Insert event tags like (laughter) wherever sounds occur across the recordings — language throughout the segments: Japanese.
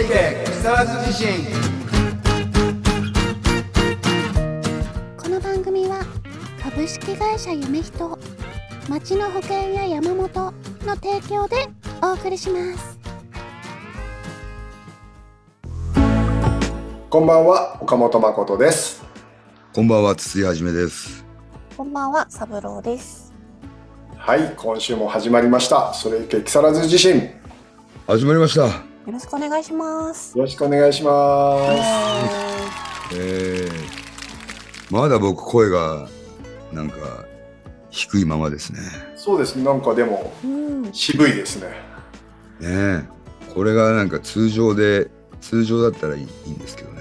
いて木更津地震この番組は株式会社夢人町の保険や山本の提供でお送りしますこんばんは岡本誠ですこんばんは、筒井はじめです。こんばんは、三郎です。はい今週も始まりましたそれいけ木更津地震よ始まりました。よろしくお願いします。ろしくお願いしまえー、まだ僕声がなんか低いままですね。すそうですねなんかでもうん、渋いですねねえこれがなんか通常で通常だったらいいいいんですけどね。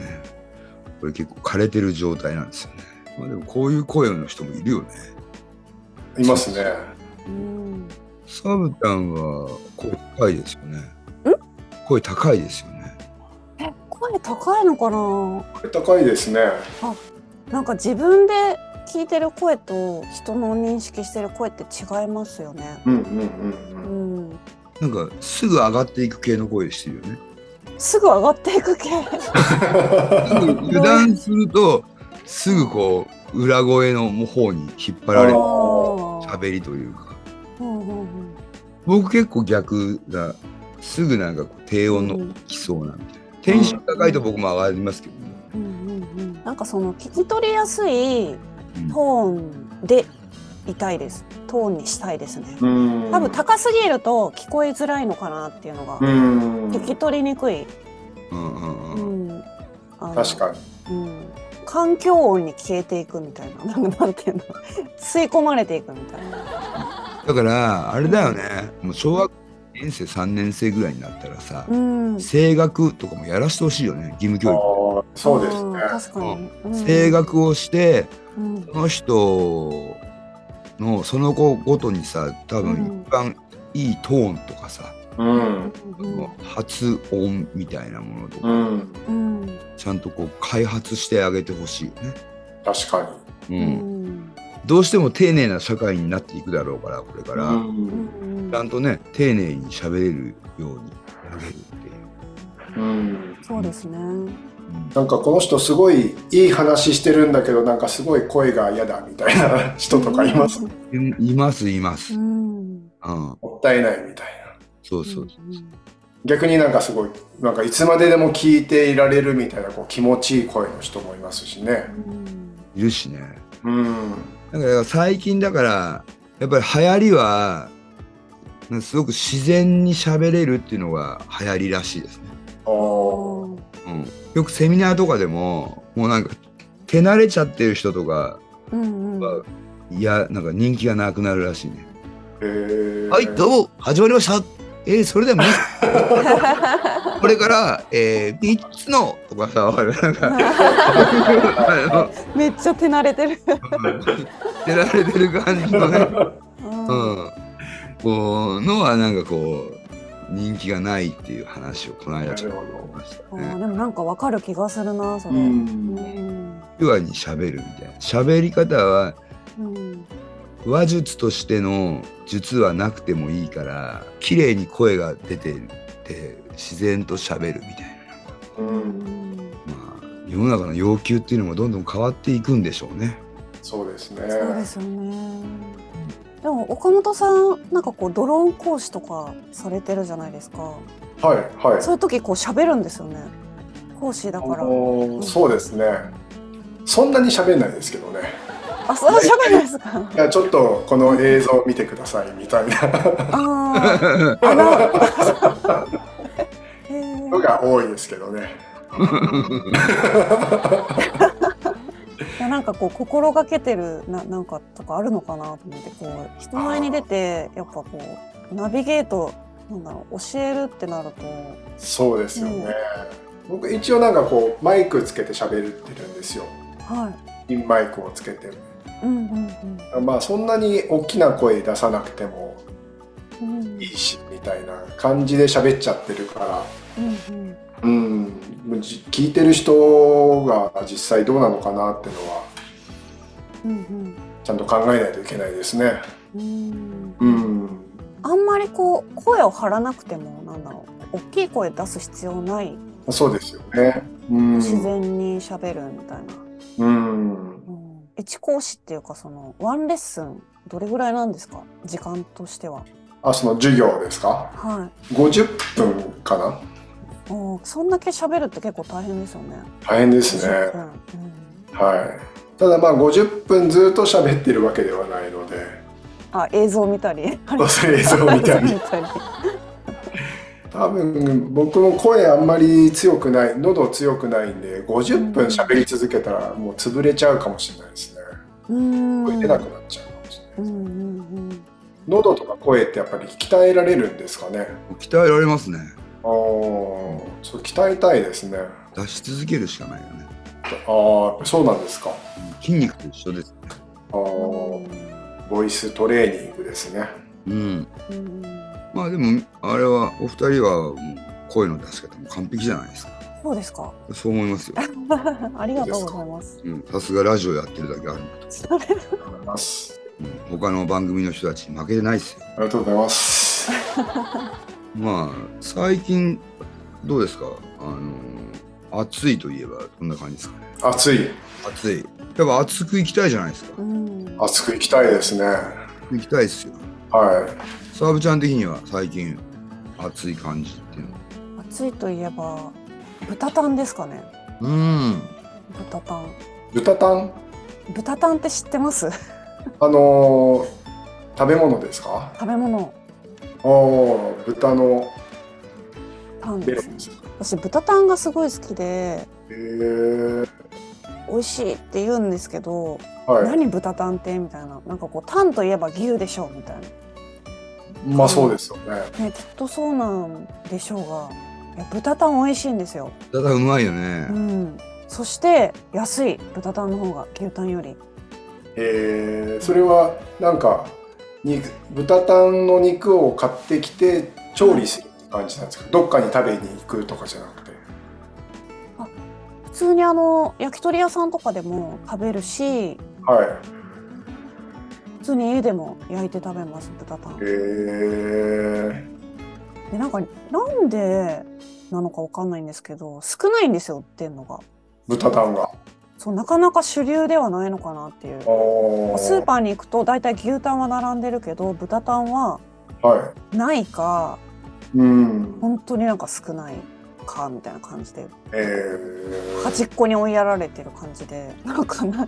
これ結構枯れてる状態なんですよね。まあでもこういう声の人もいるよね。いますねうん、サブタンは声高いですよね。声高いですよね。え、声高いのかな。これ高いですねなんか自分で聞いてる声と人の認識してる声って違いますよね。うんうんうんううんん、なんかすぐ上がっていく系の声してるよね。すぐ上がっていく系。油断するとすぐこう裏声の方に引っ張られるあ喋りというかーうんうんうん僕結構逆だすぐなんかこう低音のきそうなみたいなテンション高いと僕も上がりますけどね、うんうんうんなんかその聞き取りやすういんトーンでいたいです。トーンにしたいですね。うん多分高すぎると聞こえづらいのかなっていうのがうん聞き取りにくい。うんうんうんうん、あの確かにうん、環境音に消えていくみたいな (laughs) なんかなんていうの吸い込まれていくみたいな。だからあれだよねもう小学2年生3年生ぐらいになったらさ、うん、声楽とかもやらしてほしいよね義務あ教ーそうですんね確かに、う育ん声、楽をしてうんその人のその子ごとにさ多分一番いいトーンとかさ、うんうん発音みたいなものとか、うんうんちゃんとこう開発してあげてほしいよね、確かにううんんどうしても丁寧な社会になっていくだろうからこれから、うんちゃんとね丁寧に喋れるようにあげるっていう、うんそうですね。うんなんかこの人すごいいい話してるんだけどなんかすごい声が嫌だみたいな人とかいます、いますいます、ううんんもったいないみたいなそうそう、逆になんかすごいなんかいつまででも聞いていられるみたいなこう気持ちいい声の人もいますしねうんいるしねうんだから最近だからやっぱり流行りはなんかすごく自然に喋れるっていうのが流行りらしいですねあーうん、よくセミナーとかでももうなんか手慣れちゃってる人とかうんうんは、いやなんか人気がなくなるらしいね。へーはいどうも始まりましたえー、それでは皆さ (laughs) んこれから、えー、3つのとかさなん (laughs) かあめっちゃ手慣れてる。の手慣れてる感じのね、ううん、こうのはなんかこう人気がないっていう話をこの間ちょっと思いましたあねー。でもなんかわかる気がするなそれ。うんピュアに喋るみたいな喋り方はうん話術としての術はなくてもいいから綺麗に声が出てて自然と喋るみたいうんううんんな、まあ、世の中の要求っていうのもどんどん変わっていくんでしょうね。そうですねそうですよね。でも岡本さんなんかこうドローン講師とかされてるじゃないですか。はいはいそういう時こう喋るんですよね。講師だからあ。のーそうですねそんなに喋んないですけどねあ、そう喋るんですかい。やちょっとこの映像見てくださいみたいな (laughs) あああ、あ (laughs) ら。へのーが多いですけどねいやなんかこう心がけてるななんかとかあるのかなと思ってこう人前に出てやっぱこうナビゲートなんだろう教えるってなるとそうですよね、僕一応なんかこうマイクつけて喋ってるんですよはインマイクをつけていうんうんうんまあそんなに大きな声出さなくてもうんうんいいしみたいな感じで喋っちゃってるからうんうんじ聞いてる人が実際どうなのかなってのはうんちゃんと考えないといけないですねうんうんうんあんまりこう声を張らなくてもなんだろう大きい声出す必要ないそうですよね。うん。自然に喋るみたいな。うん。うん、一講師っていうかそのワンレッスンどれぐらいなんですか時間としては。あ、その授業ですかは。?50 分かないおーそんだけ喋るって結構大変ですよね。大変ですね。うん、はい。ただまあ50分ずっと喋ってるわけではないので、あ映像見たり。そう (laughs) そう映像見た映像り。見たり多分僕も声あんまり強くない、喉強くないんで、50分喋り続けたらもう潰れちゃうかもしれないですね。うん。声出なくなっちゃうかもしれなうい。んうんうん。喉とか声ってやっぱり鍛えられるんですかね。鍛えられますねああ、そう鍛えたいですね。出し続けるしかないよねああ、そうなんですか。うん筋肉と一緒ですああ、ボイストレーニングですね。うんうんまあでもあれはお二人はもう声の出し方も完璧じゃないですかそうですか。 (laughs) そう思いますよありがとうございます。うんさすがラジオやってるだけあるなと、それありがとうございます。うん、他の番組の人たちに負けてないですよありがとうございます。まあ最近どうですかあの暑いといえばどんな感じですかね暑い、暑いやっぱ暑く行きたいじゃないですかうん。暑く行きたいですね。行きたいですよはい。サーブちゃん的には最近暑い感じっていうの暑いといえば豚タンですかね。うん豚タン。豚タン、豚タンって知ってます？ (laughs) あのー食べ物ですか。食べ物ああ、豚のタンベでレすンね。ですか。私豚タンがすごい好きでえー、美味しいって言うんですけど、はい。何豚タンってみたいななんかこうタンといえば牛でしょみたいまあそうですよね。なねきっとそうなんでしょうがいや豚タン美味しいんですよ。ただうまいよねうん。そして安い豚タンの方が牛タンより。えー、それはなんか肉豚タンの肉を買ってきて調理するって感じなんですかどっかに食べに行くとかじゃなくて普通にあの焼き鳥屋さんとかでも食べるしは普通に家でも焼いて食べます豚タンいえ。ー、でなんかなんでなのかわかんないんですけど少ないんですよ売ってんのが。豚タンがそうなかなか主流ではないのかなっていうあ。ースーパーに行くと大体牛タンは並んでるけど豚タンははないかいうん本当になんか少ないかみたいな感じでえー、端っこに追いやられてる感じでなんかな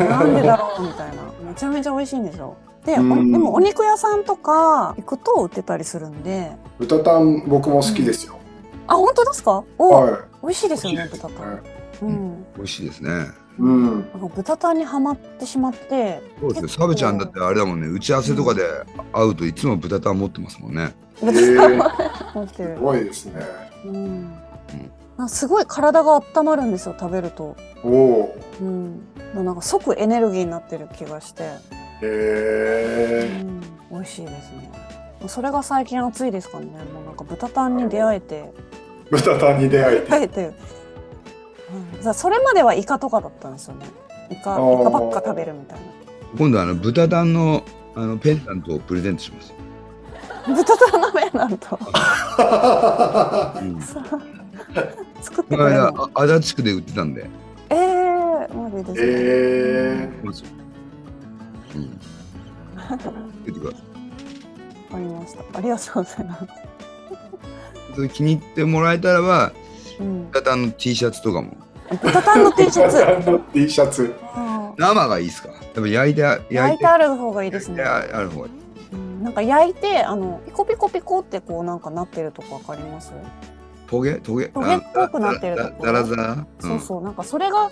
なんでだろうみたいなめちゃめちゃ美味しいんですよ。でおうんでもお肉屋さんとか行くと売ってたりするんで豚タン僕も好きですよ、あ本当ですかお、は美味しいですよね美味しい豚タはン。うん美味しいですねいうんなんか豚タンにはまってしまってそうですよ結構サブちゃんだってあれだもんね打ち合わせとかで会うといつも豚タン持ってますもんねえ豚タンはー、持ってるす。ごいですねうんなんかすごい体が温まるんですよ食べると、おおうん、なんか即エネルギーになってる気がして、うえん、美味しいですねそれが最近暑いですかねもうなんか豚タンに出会えてー、豚タンに出会えて (laughs) 出会えて、うん、さそれまではイカとかだったんですよねイカあーイカばっか食べるみたい今度あの豚タンのあのペンダントをプレゼントしますよ、な豚タンの麺なんと (laughs) うん、こ作ってくのれる間のあ足立区で売ってたんでええー、マジですか、えー、うん。出てくださわかりましたありがとうございます、いそれ気に入ってもらえたらば、うん、豚タンの T シャツとかも。豚タンの T シ (laughs) ャツ豚タンの T シャツうん生がいいですかやっぱ焼いて、焼いて。焼いてある方がいいですね。焼いてある方がいい。うんなんか焼いてあのピコピコピコってこうなんかなってるとこわかります？トゲトゲトゲっぽくなってるとこダラザラそうそうなんかそれが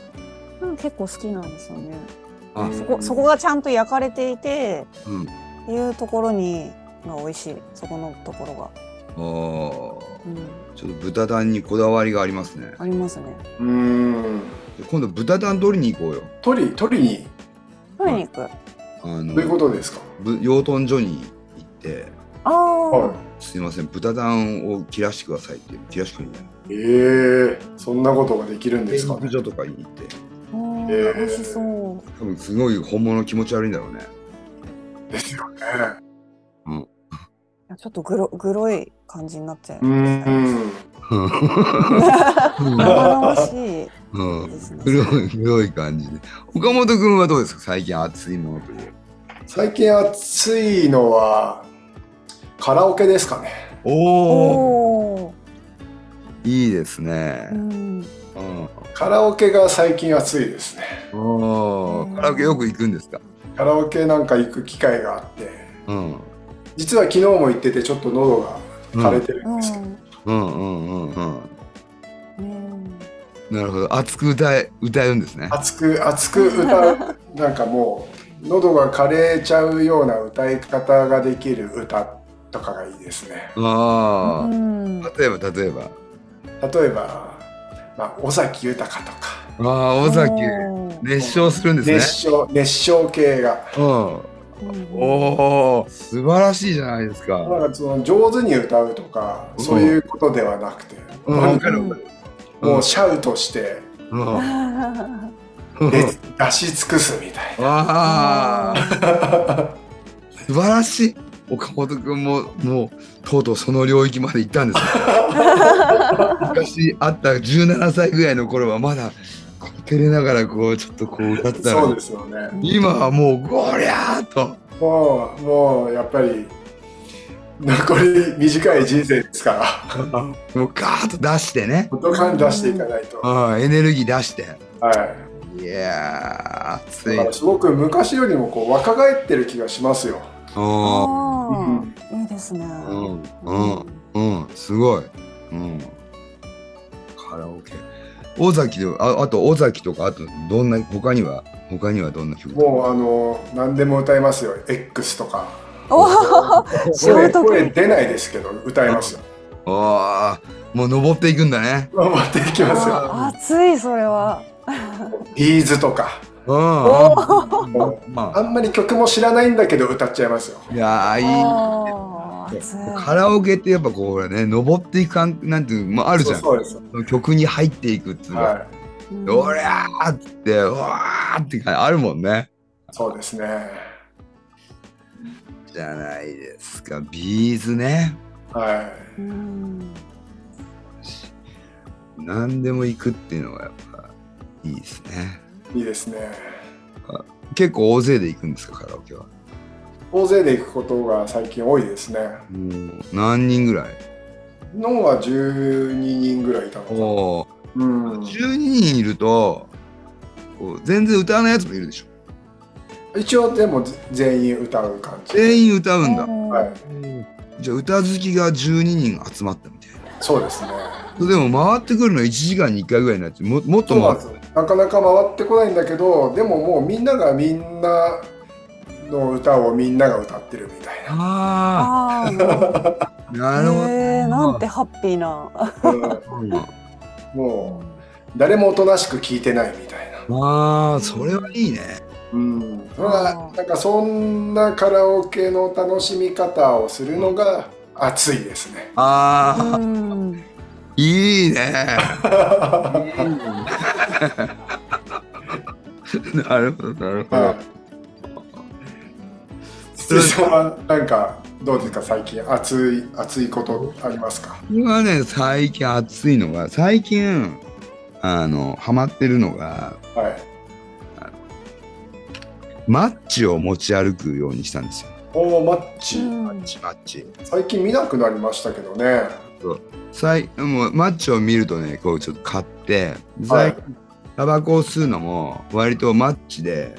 うん結構好きなんですよね。あそこそこがちゃんと焼かれていてうん。うん。っていうところにが美味しいそこのところが、あーうん、ちょっと豚タンにこだわりがありますね。ありますね。うーん今度豚タン取りに行こうよ。取り取りに取りに行く。あのどういうことですかぶ養豚所に行って、ああすいません、豚タンを切らしてくださいって、切らしてくれない。ええそんなことができるんですか養豚所とかに行って、うんえー美味しそう。多分すごい本物気持ち悪いんだろうね。ですよねいやちょっとグログロい感じになっちゃいうん生々しうんいですね。黒い黒い感じで岡本君はどうですか最近熱いものという最近暑いのはカラオケですかね (laughs) おおお。いいですねう、ん。うんカラオケが最近暑いですねおーカラオケよく行くんですかカラオケなんか行く機会があってうん実は昨日も行っててちょっと喉が枯れてるんですけど、うんうんうんうんうん。なるほど熱く歌え歌えるんですね熱く熱く歌うなんかもう喉が枯れちゃうような歌い方ができる歌とかがいいですねあうあん。例えば例えば例えば、まあ、尾崎豊とかああ尾崎おー熱唱するんで熱すね唱熱唱系がうんおお素晴らしいじゃないですかなんかその上手に歌うとかうんそういうことではなくて、うんもうわかるわかるもうシャウトしてうんあ出出し尽くすみたいあ (laughs) ーあ。素晴らしい岡本君ももうとうとうその領域まで行ったんですね昔あった17歳ぐらいの頃はまだこう照れながらこうちょっとこう歌ってなたそうのですよね今はもうゴリャーっともうもうやっぱり残り短い人生ですから (laughs) もうガーッと出してねドカン出していかないと、うんエネルギー出してはいいやー熱だいからすごく昔よりもこう若返ってる気がしますよ。うああ。いいですね。んうんうんすごいうんカラオケ尾崎でああと尾崎とかあとどんな他には他にはどんな曲もうあの何でも歌いますよ。X とか。おお。仕声事声出ないですけど歌いますよ。ああ、もう登っていくんだね。頑張っていきますよ。あ熱いそれは。ビーズとか。うん。もうまあんまり曲も知らないんだけど歌っちゃいますよ。あ、いやー、いあー熱い。い。カラオケってやっぱこうほらね、登っていく感なんていうのもあるじゃん。そうそう曲に入っていくっていうです。のはが、い。うんおりゃーっつって、うわーって感じあるもんね。そうですね。じゃないですか。ビーズね。はうん何でも行くっていうのがやっぱいいですね。い。いいですね。結構大勢で行くんですか、カラオケは。大勢で行くことが最近多いですね。うん何人ぐらいのんは12人ぐらいいたのかな。おお。うん。 12人いると、こう全然歌わないやつもいるでしょ。一応でも全員歌う感じ。全員歌うんだ。はい。じゃあ歌好きが12人集まったみたいな。そうですね。でも回ってくるの1時間に1回ぐらいになってももっとそうな回んでする。よなかなか回ってこないんだけどでももうみんながみんなの歌をみんなが歌ってるみたいああーなるほどあ、なるほど。えーなんてハッピーな。な、うんもう誰もおとなしく聴いてないみたいな、ああ、それはいいね。うん、それはなんかそんなカラオケの楽しみ方をするのが熱いですねああ、うんいいね。 (laughs) なるほど、なるほど。はい筒井さんはなんかどうですか最近熱い熱いことありますか僕はね、最近熱いのが、最近、あの、ハマってるのが、はいマッチを持ち歩くようにしたんですよ。おおマッチ、うんマッチ。最近見なくなりましたけどねさいもうマッチを見るとねこうちょっと買ってはい最近タバコを吸うのも割とマッチで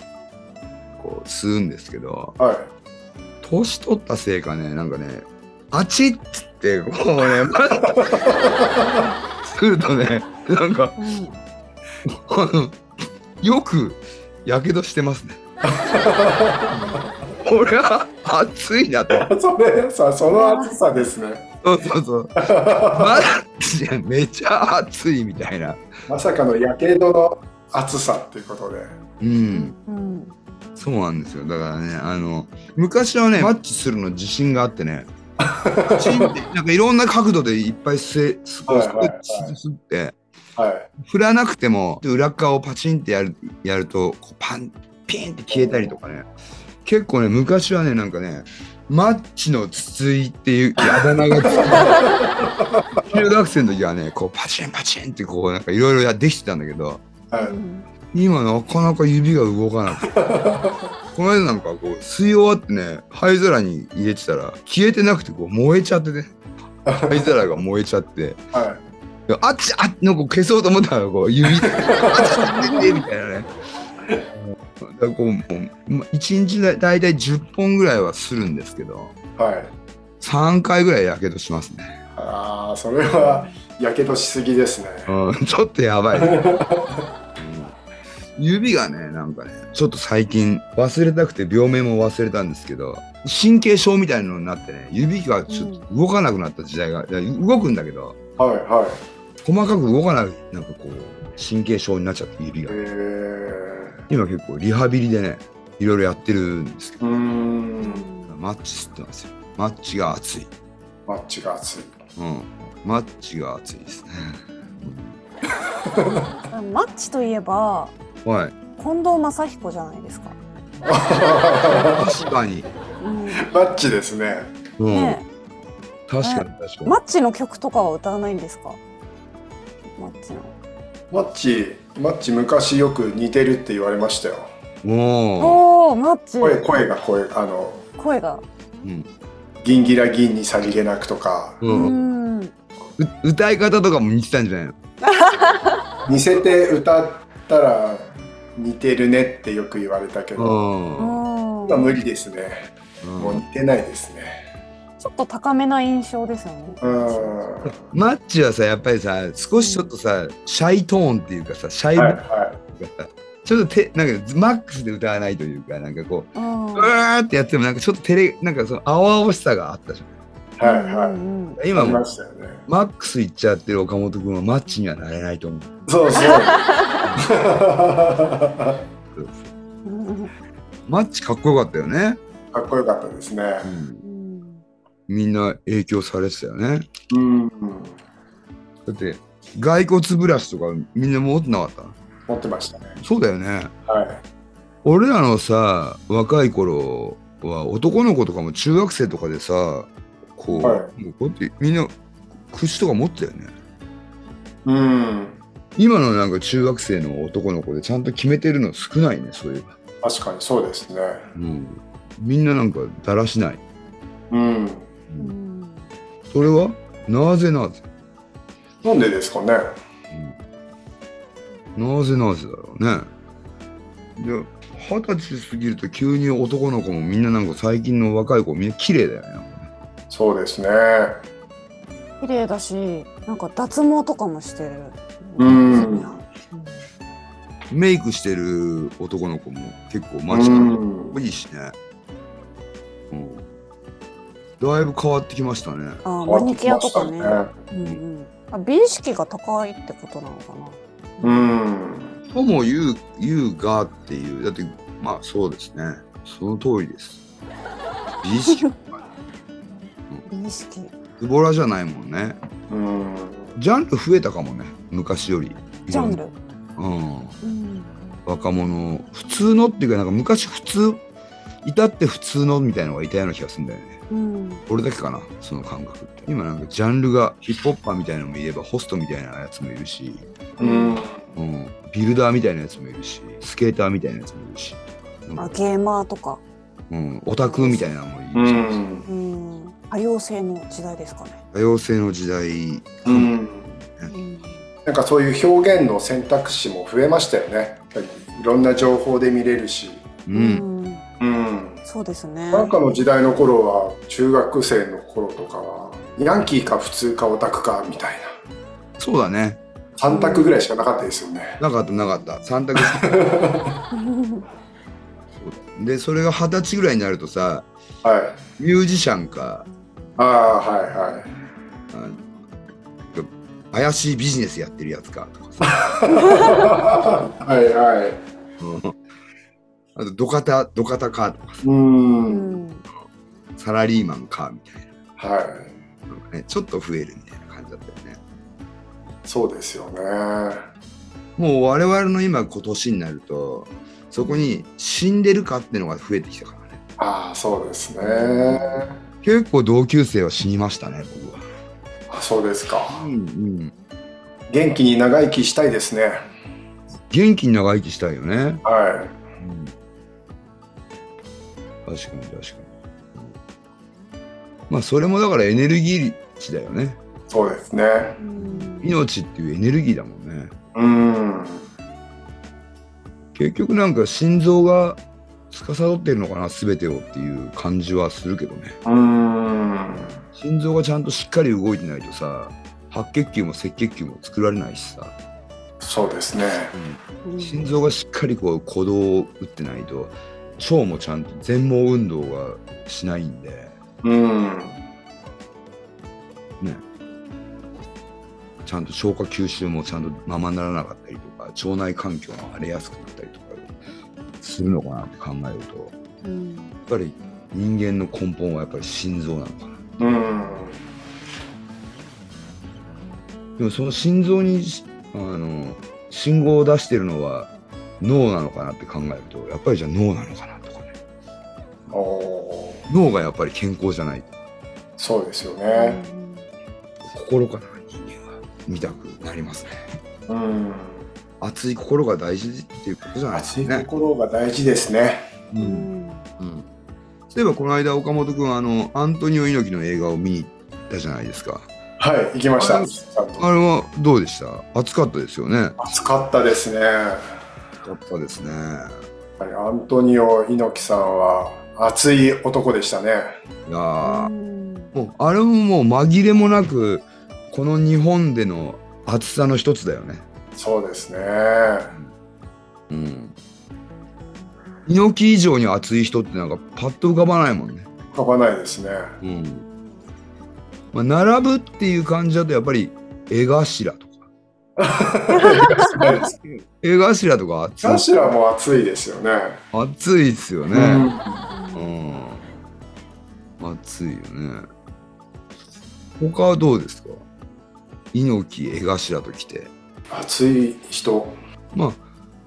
こう吸うんですけどはい (laughs) 年取ったせいかねなんかねパチッつってこうねマッチ吸うとねなんかうんあの (laughs) よくやけどしてますね。 (laughs) これは熱いなと。それさその暑さですね。そうそうそう。マッチめちゃ熱いみたいな。まさかのやけどの暑さっていうことで。うん。うんそうなんですよだからねあの昔はねマッチするの自信があってね (laughs) パチンってなんかいろんな角度でいっぱい吸え吸はいはいはい吸ってはい。振らなくても裏側をパチンってやるやるとこうパンピンって消えたりとかね結構ね昔はねなんかねマッチの筒井っていうあだ名がつく中学生の時はねこうパチンパチンってこうなんかいろいろやできてたんだけどはいうん今なかなか指が動かなくてこの間なんかこう吸い終わってね灰皿に入れてたら消えてなくてこう燃えちゃってね灰皿が燃えちゃってはいであっちあっなんか消そうと思ったらこう指あっちあっちみたいなね。だからこうもうま一日だ大体10本ぐらいはするんですけどはい3回ぐらいやけどしますね、ああそれはやけどしすぎですねうん、ちょっとやばい、うん指がねなんかねちょっと最近忘れたくて病名も忘れたんですけど神経症みたいなのになってね指がちょっと動かなくなった時代が、いや動くんだけどはいはい細かく動かないなんかこう神経症になっちゃって指えがー、今結構リハビリでねいろいろやってるんですけうーんどマッチ吸ってますよマッチが熱い、マッチが熱いうん、マッチが熱いですねマッチといえばはい近藤正彦じゃないですか。確かに、うんねマッチですねうんえ確かに確かに、マッチの曲とかは歌わないんですか。マッチの。マッチマッチ昔よく似てるって言われましたよもおおマッチ。声声が声あの声が。う,、うんギンギラギンにさりげなくとかううんん。うんう歌い方とかも似てたんじゃないの似せて歌ったら似てるねってよく言われたけど、うまあ無理ですねもう似てないですねちょっと高めな印象ですよね。うんマッチはさやっぱりさ少しちょっとさシャイトーンっていうかさシャイはボいーイはっていうかさ、ちょっとてなんかマックスで歌わないというかなんかこううんうわーってやってもなんかちょっと照れなんかその青々しさがあったじゃんいはいはい、うん今いもましたよねマックスいっちゃってる岡本君はマッチにはなれないと思うそうそう (laughs) うんうんマッチかっこよかったよね、かっこよかったですねん、うんみんな影響されてたよねうんだって骸骨ブラシとかみんな持ってなかった持ってましたねそうだよねはい俺らのさ若い頃は男の子とかも中学生とかでさこう,、はもうこうやってみんな櫛とか持ってたよねうん今のなんか中学生の男の子でちゃんと決めてるの少ないねそういう確かにそうですねうん、みんななんかだらしないうんうんそれはなぜなぜ、なんでですかねうん、なぜなぜだろうねで二十歳過ぎると急に男の子もみんななんか最近の若い子みんな綺麗だよねなんかねそうですね綺麗だし、なんか脱毛とかもしてる。うんメイクしてる男の子も結構マジうかっんこいいしね、うん、だいぶ変わってきましたねあー、マニキュアとかね。変わってうんうん。あ、美意識が高いってことなのかな。きましたねうんとも言う言うがっていうだってまあそうですねその通りです美意識美意識。ズボラじゃないもんねうんジャンル増えたかもね昔よりジャンル。うんうん。若者普通のっていうかなんか昔普通いたって普通のみたいなのがいたような気がするんだよねうん。俺だけかなその感覚って今なんかジャンルがヒップホッパーみたいなのもいればホストみたいなやつもいるし、うんうん、ビルダーみたいなやつもいるしスケーターみたいなやつもいるしなんあ、か、ゲーマーとか。うん、オタクみたいなのもいうるし、んうん。多様性の時代ですかね。多様性の時代うんうん。なんかそういう表現の選択肢も増えましたよねいろんな情報で見れるしうん、うんうんそうですね。なんかの時代の頃は中学生の頃とかはヤンキーか普通かオタクかみたいそうだねな3択ぐらいしかなかったですよねなかったなかった3択でそれが二十歳ぐらいになるとさはいミュージシャンかああはいはい (laughs) あ怪しいビジネスやってるやつかとかさはいはいうんあとドカタドカタかとかさううんん。サラリーマンかみたいななはんかねちょっと増えるみたいな感じだったよねいそうですよねもう我々の今今年になるとそこに死んでるかってのが増えてきたからねああそうですね結構同級生は死にましたね僕は。あそうですかうんうん、元気に長生きしたいですね元気に長生きしたいよね。はうん、確かに確かに。まあそれもだからエネルギー値だよね。いそうですねうん命っていうエネルギーだもんね。うん結局なんか心臓が司ってるのかな全てをっていう感じはするけどね。うん心臓がちゃんとしっかり動いてないとさ白血球も赤血球も作られないしさ、そうですね心臓がしっかりこう鼓動を打ってないと腸もちゃんと全毛運動がしないんでうんちゃんと消化吸収もちゃんとままならなかったりとか腸内環境も荒れやすくなったりとかするのかなって考えるとやうんっぱり人間の根本はやっぱり心臓なのかな。うんでもその心臓にしあの信号を出してるのは脳なのかなって考えるとやっぱりじゃあ脳なのかなとかねおおー脳がやっぱり健康じゃないそうですよね心から人間は見たくなりますねうん熱い心が大事っていうことじゃないです熱いかね、心が大事ですねううんんうん、例えばこの間岡本君あのアントニオ猪木の映画を見に行ったじゃないですかはい行きましたあちゃんとあれはどうでした熱かったですよね暑かったですねや熱かったですねっぱりアントニオ猪木さんは熱い男でしたねいやーもうあれももう紛れもなくこの日本での暑さの一つだよね。そうですねうん。猪木以上に暑い人ってなんかパッと浮かばないもんね。浮かばな (laughs) いですねうん。まあ、並ぶっていう感じだとやっぱり江頭とか江頭とか (laughs) 暑ガいシラも熱いですよね暑いですようね。んうん。暑いよね。他はどうですか猪木江頭ときて。熱い人まあ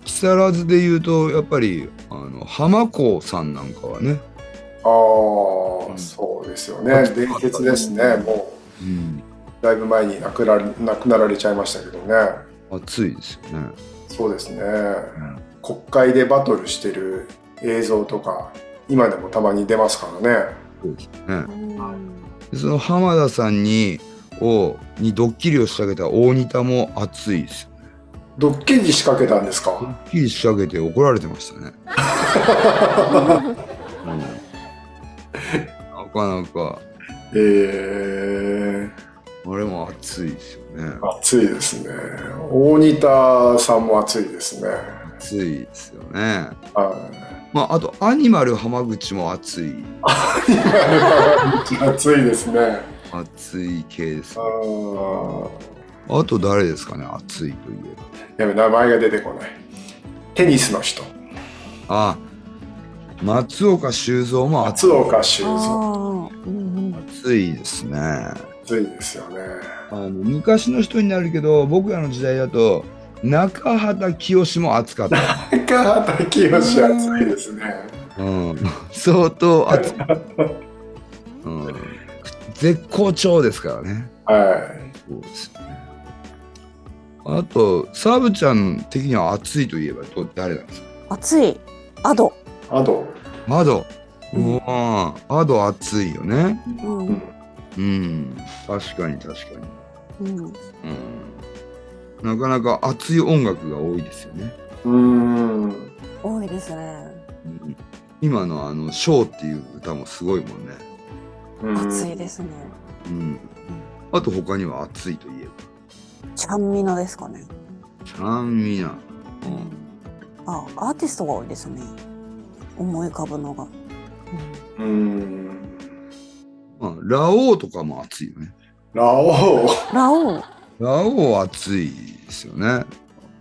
木更津で言うとやっぱりあの浜子さんなんかはね、ああ、うんそうですよね伝説ですねもうん、うだいぶ前に亡くなら亡くなられちゃいましたけどね暑いですよね。そうですね、国会でバトルしてる映像とか今でもたまに出ますからねそうですねでその浜田さんにをにドッキリを仕掛けた大仁田も暑いですよ。ドッキリ仕掛けたんですドかッキリ仕掛けて怒られてましたね。うん、なかなかえー、あれも暑いですよね。暑いですね大仁田さんも暑いですね暑いですよね。はまああとアニマル浜口も暑いい暑いですね暑い系ですあね。ーあと誰ですかね、暑いといえば。やべ名前が出てこないテニスの人あ、松岡修造も暑い松岡修造あーうんうん暑いですね。あ暑いですよねの昔の人になるけど、僕らの時代だと、中畑清も暑かった。中畑清暑いですねうん、相当暑い。うん、絶好調ですからね。はそうですよね。あと、サブちゃん的には暑いといえばど誰なんですか暑いアド、いあとアド。ううんん、アド暑いよね。うんうん、確かに確かに。うん、うん、なかなか熱い音楽が多いですよね。うーん多いですねうん、今のあの「ショー」っていう歌もすごいもんね。暑いですねうん、あと他には熱いといえちゃんみなですかねばちゃんみな。あアーティストが多いですね思い浮かぶのが、うんうーんうん、まあラオウとかも熱いよね。ラオウラオウラオウ熱いですよね。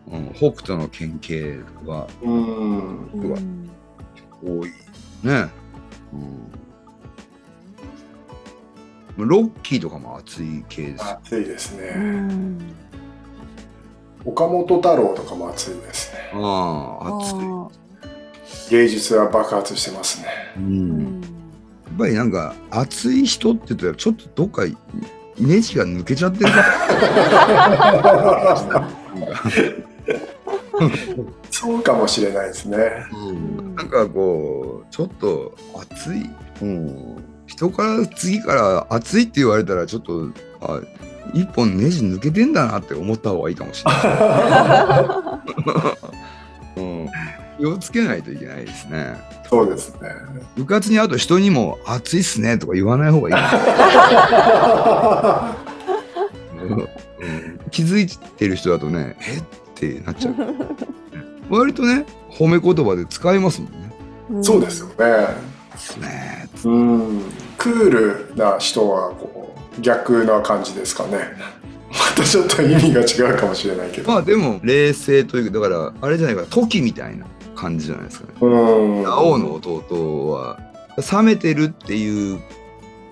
うん、北斗の県警はうーんううわん多いね。うん、ロッキーとかも熱い系ですよ。暑いですうねん岡本太郎とかも暑いですねああ、熱い。あ芸術は爆発してま (laughs) すね。うんやっぱりなんか熱い人って言ったらちょっとどっかネジが抜けちゃってるなそうかもしれないですね。うんなんかこうちょっと熱い、うん、人から次から熱いって言われたらちょっとあ一本ネジ抜けてんだなって思った方がいいかもしれ (laughs) ない、うん、気をつけないといけないですねそうですね。部活に会うと人にも「熱いっすね」とか言わない方がいい (laughs) 気づいてる人だとねえってなっちゃう割とね褒め言葉で使えますもんねそうですよ。ね。ですねうん。クールな人はこう逆な感じですかね。またちょっと意味が違うかもしれないけど。まあでも冷靜というかだからあれじゃないか時みたいな感じじゃないですかねうん。青の弟は冷めてるっていう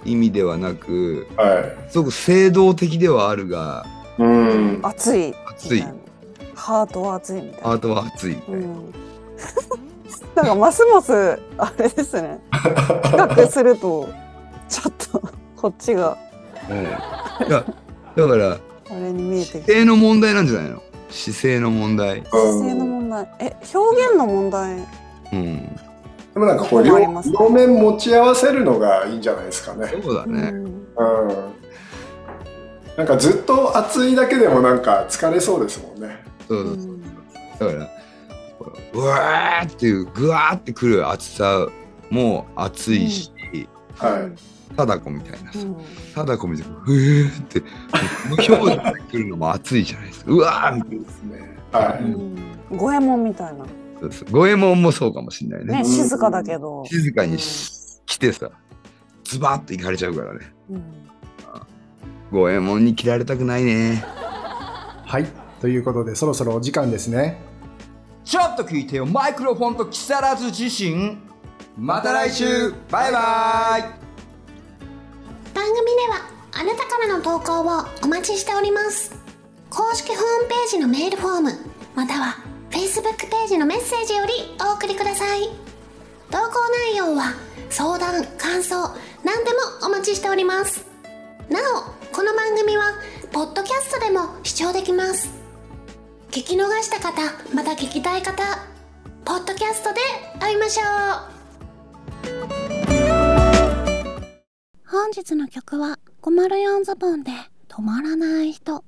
意味ではなくはすごく正道的ではあるがい。うん。熱い。熱い。ハートは熱いみたいな。アートは熱いみたういな、ん。 (laughs) なんかますますあれですね。比較するとちょっと (laughs) こっちがいやだからあれに見えてき姿て。勢の問題なんじゃないの姿勢の問題姿勢の問題。え、表現の問題。うんでもなんかこここもあう両りますね両面持ち合わせるのがいいんじゃないですかね。そうだね、うんうん。なんかずっと暑いだけでもなんか疲れそうですもんね。そうそうだからこううわーっていうぐわーってくる暑さも暑いし、はい。貞子みたいなさうん貞子みたいなふーって無表情で来るのも暑いじゃないですかうわーみたいいいですね。はうい。ん五右衛門みたいなな。そうそう五右衛門もそうかもしれないねね、静かだけど。静かにし来てさズバッと行かれちゃうからねうん五右衛門に切られたくないねはい。ということで、そろそろお時間ですね。ちょっと聞いてよマイクロフォンと木更津自身また来週バイバイ番組ではあなたからの投稿をお待ちしております公式ホームページのメールフォームまたは Facebook ページのメッセージよりお送りください投稿内容は相談感想何でもお待ちしておりますなおこの番組はポッドキャストでも視聴できます聞き逃した方また聞きたい方ポッドキャストで会いましょう本日の曲は504ズボンで止まらない人